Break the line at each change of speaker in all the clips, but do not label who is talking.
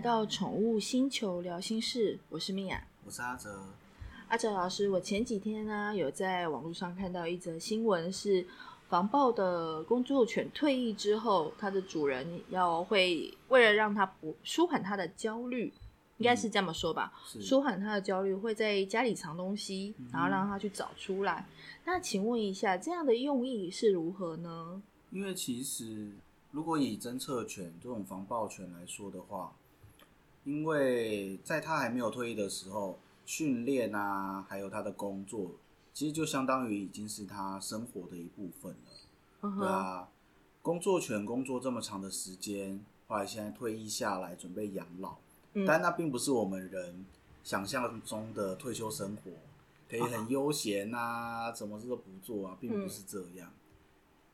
到宠物星球聊心事，我是米娅。
我是阿哲，
阿哲老师，我前几天呢有在网络上看到一则新闻，是防暴的工作犬退役之后，它的主人要会为了让它不舒缓它的焦虑，应该是这么说吧，
嗯是嗯
舒缓他的焦虑，会在家里藏东西，然后让他去找出来。那请问一下，这样的用意是如何呢？
因为其实如果以侦测犬这种防暴犬来说的话，因为在它还没有退役的时候，训练啊，还有它的工作，其实就相当于已经是它生活的一部分了。
嗯哼，
对啊，工作犬工作这么长的时间，后来现在退役下来，准备养老，
嗯
但那并不是我们人想象中的退休生活，可以
哦
很悠闲呐、什么事都不做啊，
嗯
并不是这样。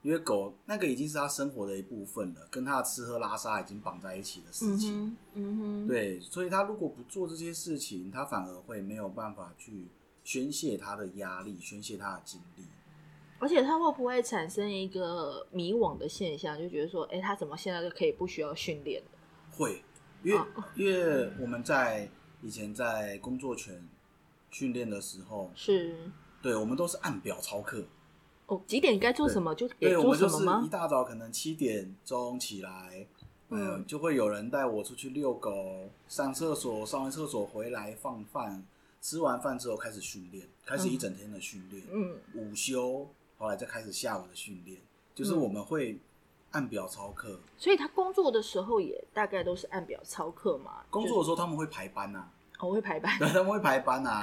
因为狗那个已经是它生活的一部分了，跟它的吃喝拉撒已经绑在一起的事
嗯
情。
哼，嗯哼，，
对，所以它如果不做这些事情，它反而会没有办法去宣泄它的压力，宣泄它的精力。
而且他会不会产生一个迷惘的现象，就觉得说，哎、他怎么现在就可以不需要训练了？
会，因为、
哦
因为我们在以前在工作犬训练的时候，
是
对我们都是按表操课，
哦，几点该做什么就得
对，我
做
们
什
就
么
是一
吗？
大早可能七点钟起来，嗯、
嗯
就会有人带我出去遛狗、上厕所，上完厕所回来放饭，吃完饭之后开始训练，开始一整天的训练，
嗯
午休，后来再开始下午的训练，就是
嗯
我们会按表操课。
所以他工作的时候也大概都是按表操课嘛。
工作的时候他们会排班呐、啊。
就是哦，会排班，
对，他们会排班啊。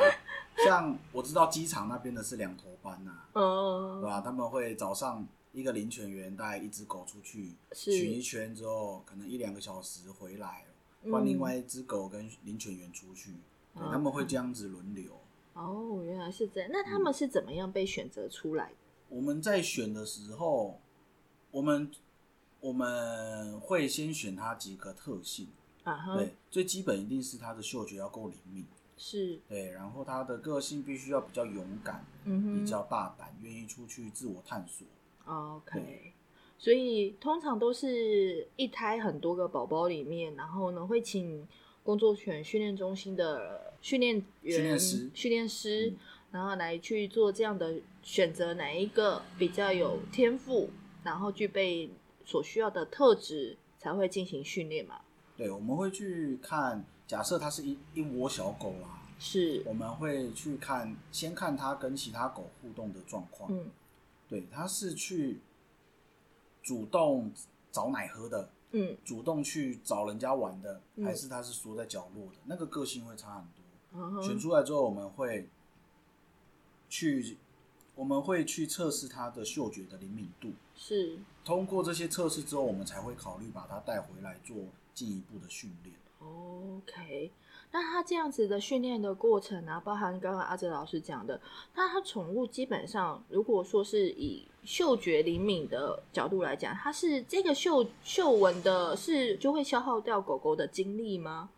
像我知道机场那边的是两头班呐、啊，对
嗯，
吧？他们会早上一个领犬员带一只狗出去
是
巡一圈之后，可能一两个小时回来，换另外一只狗跟领犬员出去，对，
嗯
他们会这样子轮流。
哦，原来是这样。那他
嗯
们是怎么样被选择出来的？
我们在选的时候，我们我们会先选它几个特性，
啊哈，
对，最基本一定是它的嗅觉要够灵敏，
是，
对，然后它的个性必须要比较勇敢，
嗯哼，
比较大胆，愿意出去自我探索。
哦 OK
对。
所以通常都是一胎很多个宝宝里面，然后呢会请工作犬训练中心的训练员、
训练师
训练师
嗯
然后来去做这样的选择，哪一个比较有天赋，然后具备所需要的特质，才会进行训练嘛？
对，我们会去看，假设它是一一窝小狗啦，
是，
我们会去看，先看它跟其他狗互动的状况。
嗯
对，它是去主动找奶喝的，
嗯，
主动去找人家玩的，
嗯
还是它是缩在角落的？那个个性会差很多。
然后
选出来之后，我们会去，我们会去测试它的嗅觉的灵敏度。
是
通过这些测试之后，我们才会考虑把它带回来做进一步的训练。
OK，那它这样子的训练的过程啊，包含刚刚阿哲老师讲的，那它宠物基本上，如果说是以嗅觉灵敏的角度来讲，它是这个嗅嗅闻的是就会消耗掉狗狗的精力吗？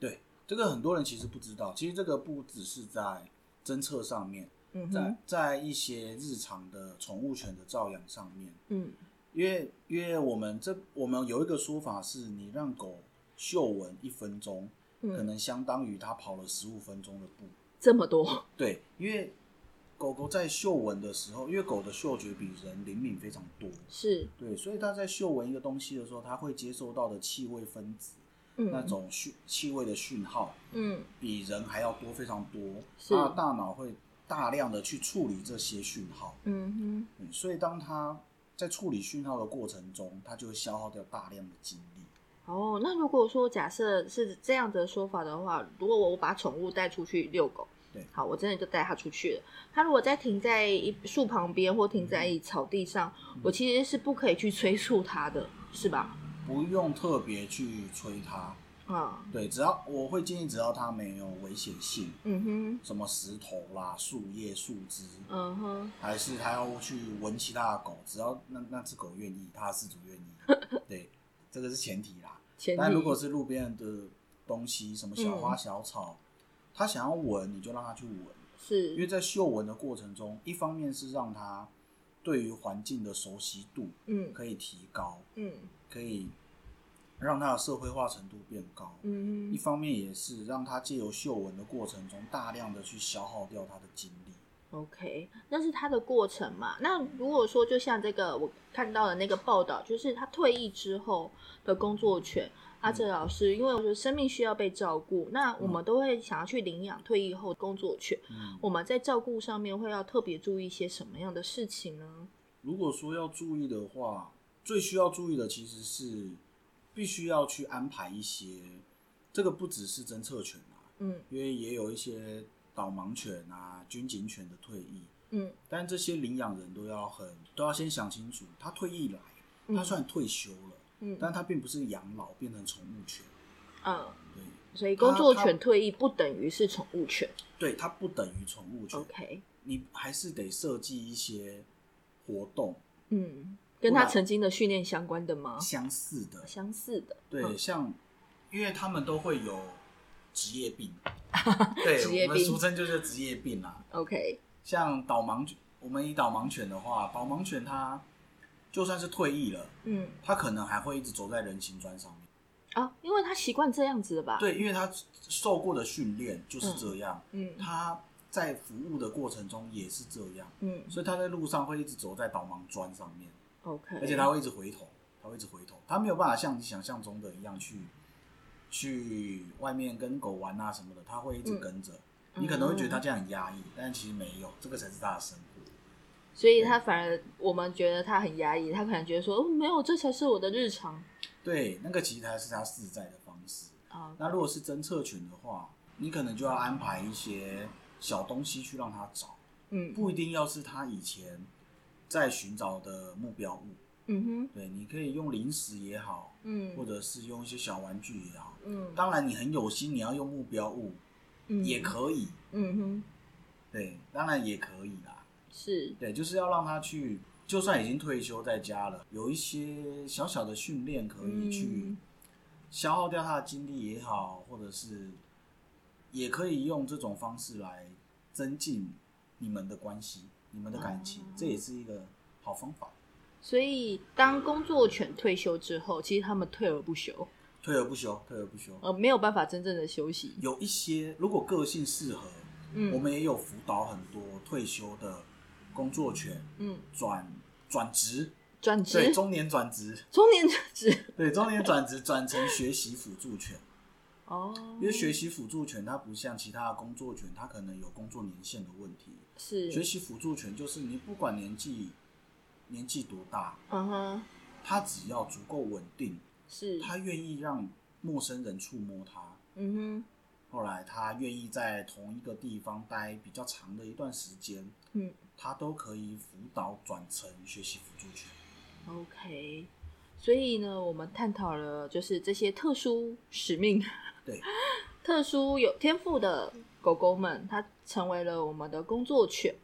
对，这个很多人其实不知道，其实这个不只是在侦测上面，
嗯
在
哼，
在一些日常的宠物犬的照养上面，
嗯，
因为因为我们这我们有一个说法是，你让狗嗅闻一分钟，
嗯
可能相当于它跑了十五分钟的步。
这么多，
对，因为狗狗在嗅闻的时候，因为狗的嗅觉比人灵敏非常多，
是，
对，所以它在嗅闻一个东西的时候，它会接受到的气味分子，
嗯，
那，种讯气味的讯号，
嗯，
比人还要多非常多。
是
它的大脑会大量的去处理这些讯号，
嗯
嗯，所以当它在处理讯号的过程中，它就会消耗掉大量的精力。
哼，哦，那如果说假设是这样的说法的话，如果我把宠物带出去遛狗。
对，
好，我真的就带它出去了。它如果再停在一树旁边或停在
嗯
一草地上，我其实是不可以去催促它的，是吧？
不用特别去催它，
啊，
对，只要我会建议，只要它没有危险性，
嗯哼，
什么石头啦、树叶、树枝，
嗯哼，
还是他要去闻其他的狗，只要那那只狗愿意，他的饲主 愿意，对，这个是前提啦。
前
但
提嗯
如果是路边的东西，什么小花小草，他想要闻，你就让他去闻，因为
是，
在嗅闻的过程中，一方面是让他对于环境的熟悉度
嗯
可以提高，
嗯
可以让它的社会化程度变高。
嗯
一方面也是让它借由嗅闻的过程中，大量的去消耗掉它的精力。
OK，那是他的过程嘛？那如果说就像这个我看到的那个报道，就是他退役之后的工作权，阿
嗯
哲老师，因为我觉得生命需要被照顾，那我们都会想要去领养退役后工作权，
嗯，
我们在照顾上面会要特别注意一些什么样的事情呢？
如果说要注意的话，最需要注意的其实是必须要去安排一些，这个不只是侦测犬啊，
嗯
因为也有一些导盲犬啊、军警犬的退役，
嗯，
但这些领养人都要很都要先想清楚，他退役来，
嗯
他虽然退休了，
嗯
但他并不是养老变成宠物犬，
嗯，
对，
所以工作
他他
权退役不等于是宠物权。
对，它不等于宠物犬，
OK，
你还是得设计一些活动
嗯，跟
不
他
然
曾经的训练相关的吗？
相似的，
相似的，
对，
啊嗯
像因为他们都会有职业 病，对，
职业
我们
病
俗称就是职业病啦、
，OK，
像导盲犬，我们以导盲犬的话，导盲犬它就算是退役了，
嗯。
它可能还会一直走在人行砖上面。
啊，因为他习惯这样子了吧？，
对，因为它受过的训练就是这样，
嗯
它在服务的过程中也是这样，
嗯
所以它在路上会一直走在导盲砖上面，
，OK，
而且它会一直回头，它会一直回头，它没有办法像你想象中的一样去去外面跟狗玩啊什么的，它会一直跟着。你可能会觉得它这样很压抑，但其实没有，这个才是它的生活。
所以他反而我们觉得他很压抑，他可能觉得说，哦，没有，这才是我的日常
对，那个其实才是它自在的方式。
啊，
那如果是侦测群的话，你可能就要安排一些小东西去让它找，
嗯
不一定要是它以前在寻找的目标物。
嗯哼，
对，你可以用零食也好，
嗯
或者是用一些小玩具也好。
嗯，
当然，你很有心，你要用目标物
嗯
也，可以，
嗯哼，
对，当然也可以啦。
是，
对，就是要让他去，就算已经退休在家了，有一些小小的训练可以去
嗯
消耗掉他的精力也好，或者是也可以用这种方式来增进你们的关系、你们的感情，
哦
这也是一个好方法。
所以当工作犬退休之后，其实他们退而不休，
退而不休，退而不休。
呃，没有办法真正的休息。
有一些如果个性适合，
嗯，
我们也有辅导很多退休的工作犬
嗯
转转职，
转
对
职，
中年转职，
中年转职，
对中年转职转成学习辅助犬。
哦，
因为学习辅助犬它不像其他的工作犬，它可能有工作年限的问题。
是
学，习辅助犬就是你不管年纪年纪多大，
嗯哼，
它只要足够稳定，
是，
它愿意让陌生人触摸它，
嗯
后来它愿意在同一个地方待比较长的一段时间，
哼，嗯。
它都可以辅导转成学习辅助犬。
OK，所以呢，我们探讨了就是这些特殊使命、
对，
特殊有天赋的狗狗们，它成为了我们的工作犬。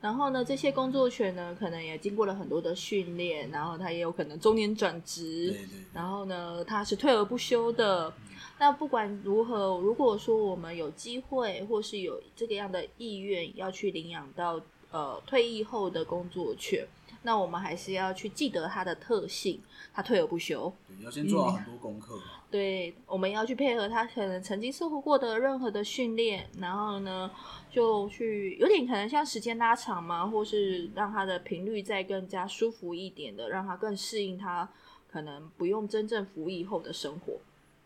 然后呢，这些工作犬呢，可能也经过了很多的训练，然后它也有可能中年转职，
对对对
然后呢，它是退而不休的。那不管如何，如果说我们有机会或是有这个样的意愿要去领养到呃退役后的工作犬，那我们还是要去记得它的特性，它退而不休。
对，要先做好很多功课嘛。
对，我们要去配合它可能曾经受过的任何的训练，然后呢，就去有点可能像时间拉长嘛，或是让它的频率再更加舒服一点的，让它更适应它可能不用真正服役后的生活。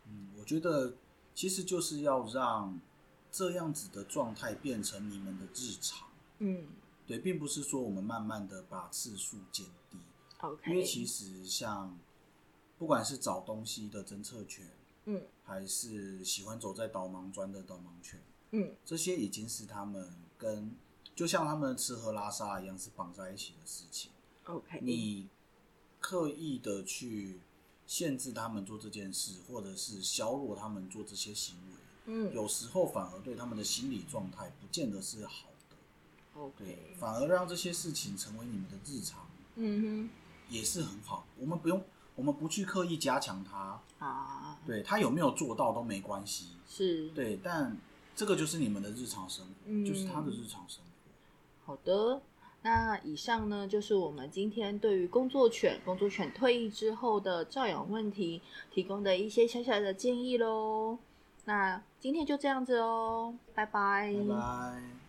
嗯，我觉得其实就是要让这样子的状态变成你们的日常。
嗯
对，并不是说我们慢慢的把次数减低，
，OK，
因为其实像不管是找东西的侦测犬，
嗯
还是喜欢走在导盲砖的导盲犬，
嗯
这些已经是他们跟就像他们吃喝拉撒一样是绑在一起的事情。
，OK，
你刻意的去限制他们做这件事，或者是削弱他们做这些行为，
嗯
有时候反而对他们的心理状态不见得是好的。对
，OK，，
反而让这些事情成为你们的日常，
嗯
也是很好。我们不用，我们不去刻意加强它，
哼，啊，
对他有没有做到都没关系。
是，
对，但这个就是你们的日常生活，
嗯
就是他的日常生活。
好的，那以上呢，就是我们今天对于工作犬、工作犬退役之后的照养问题提供的一些小小的建议喽。那今天就这样子哦，拜拜
拜拜。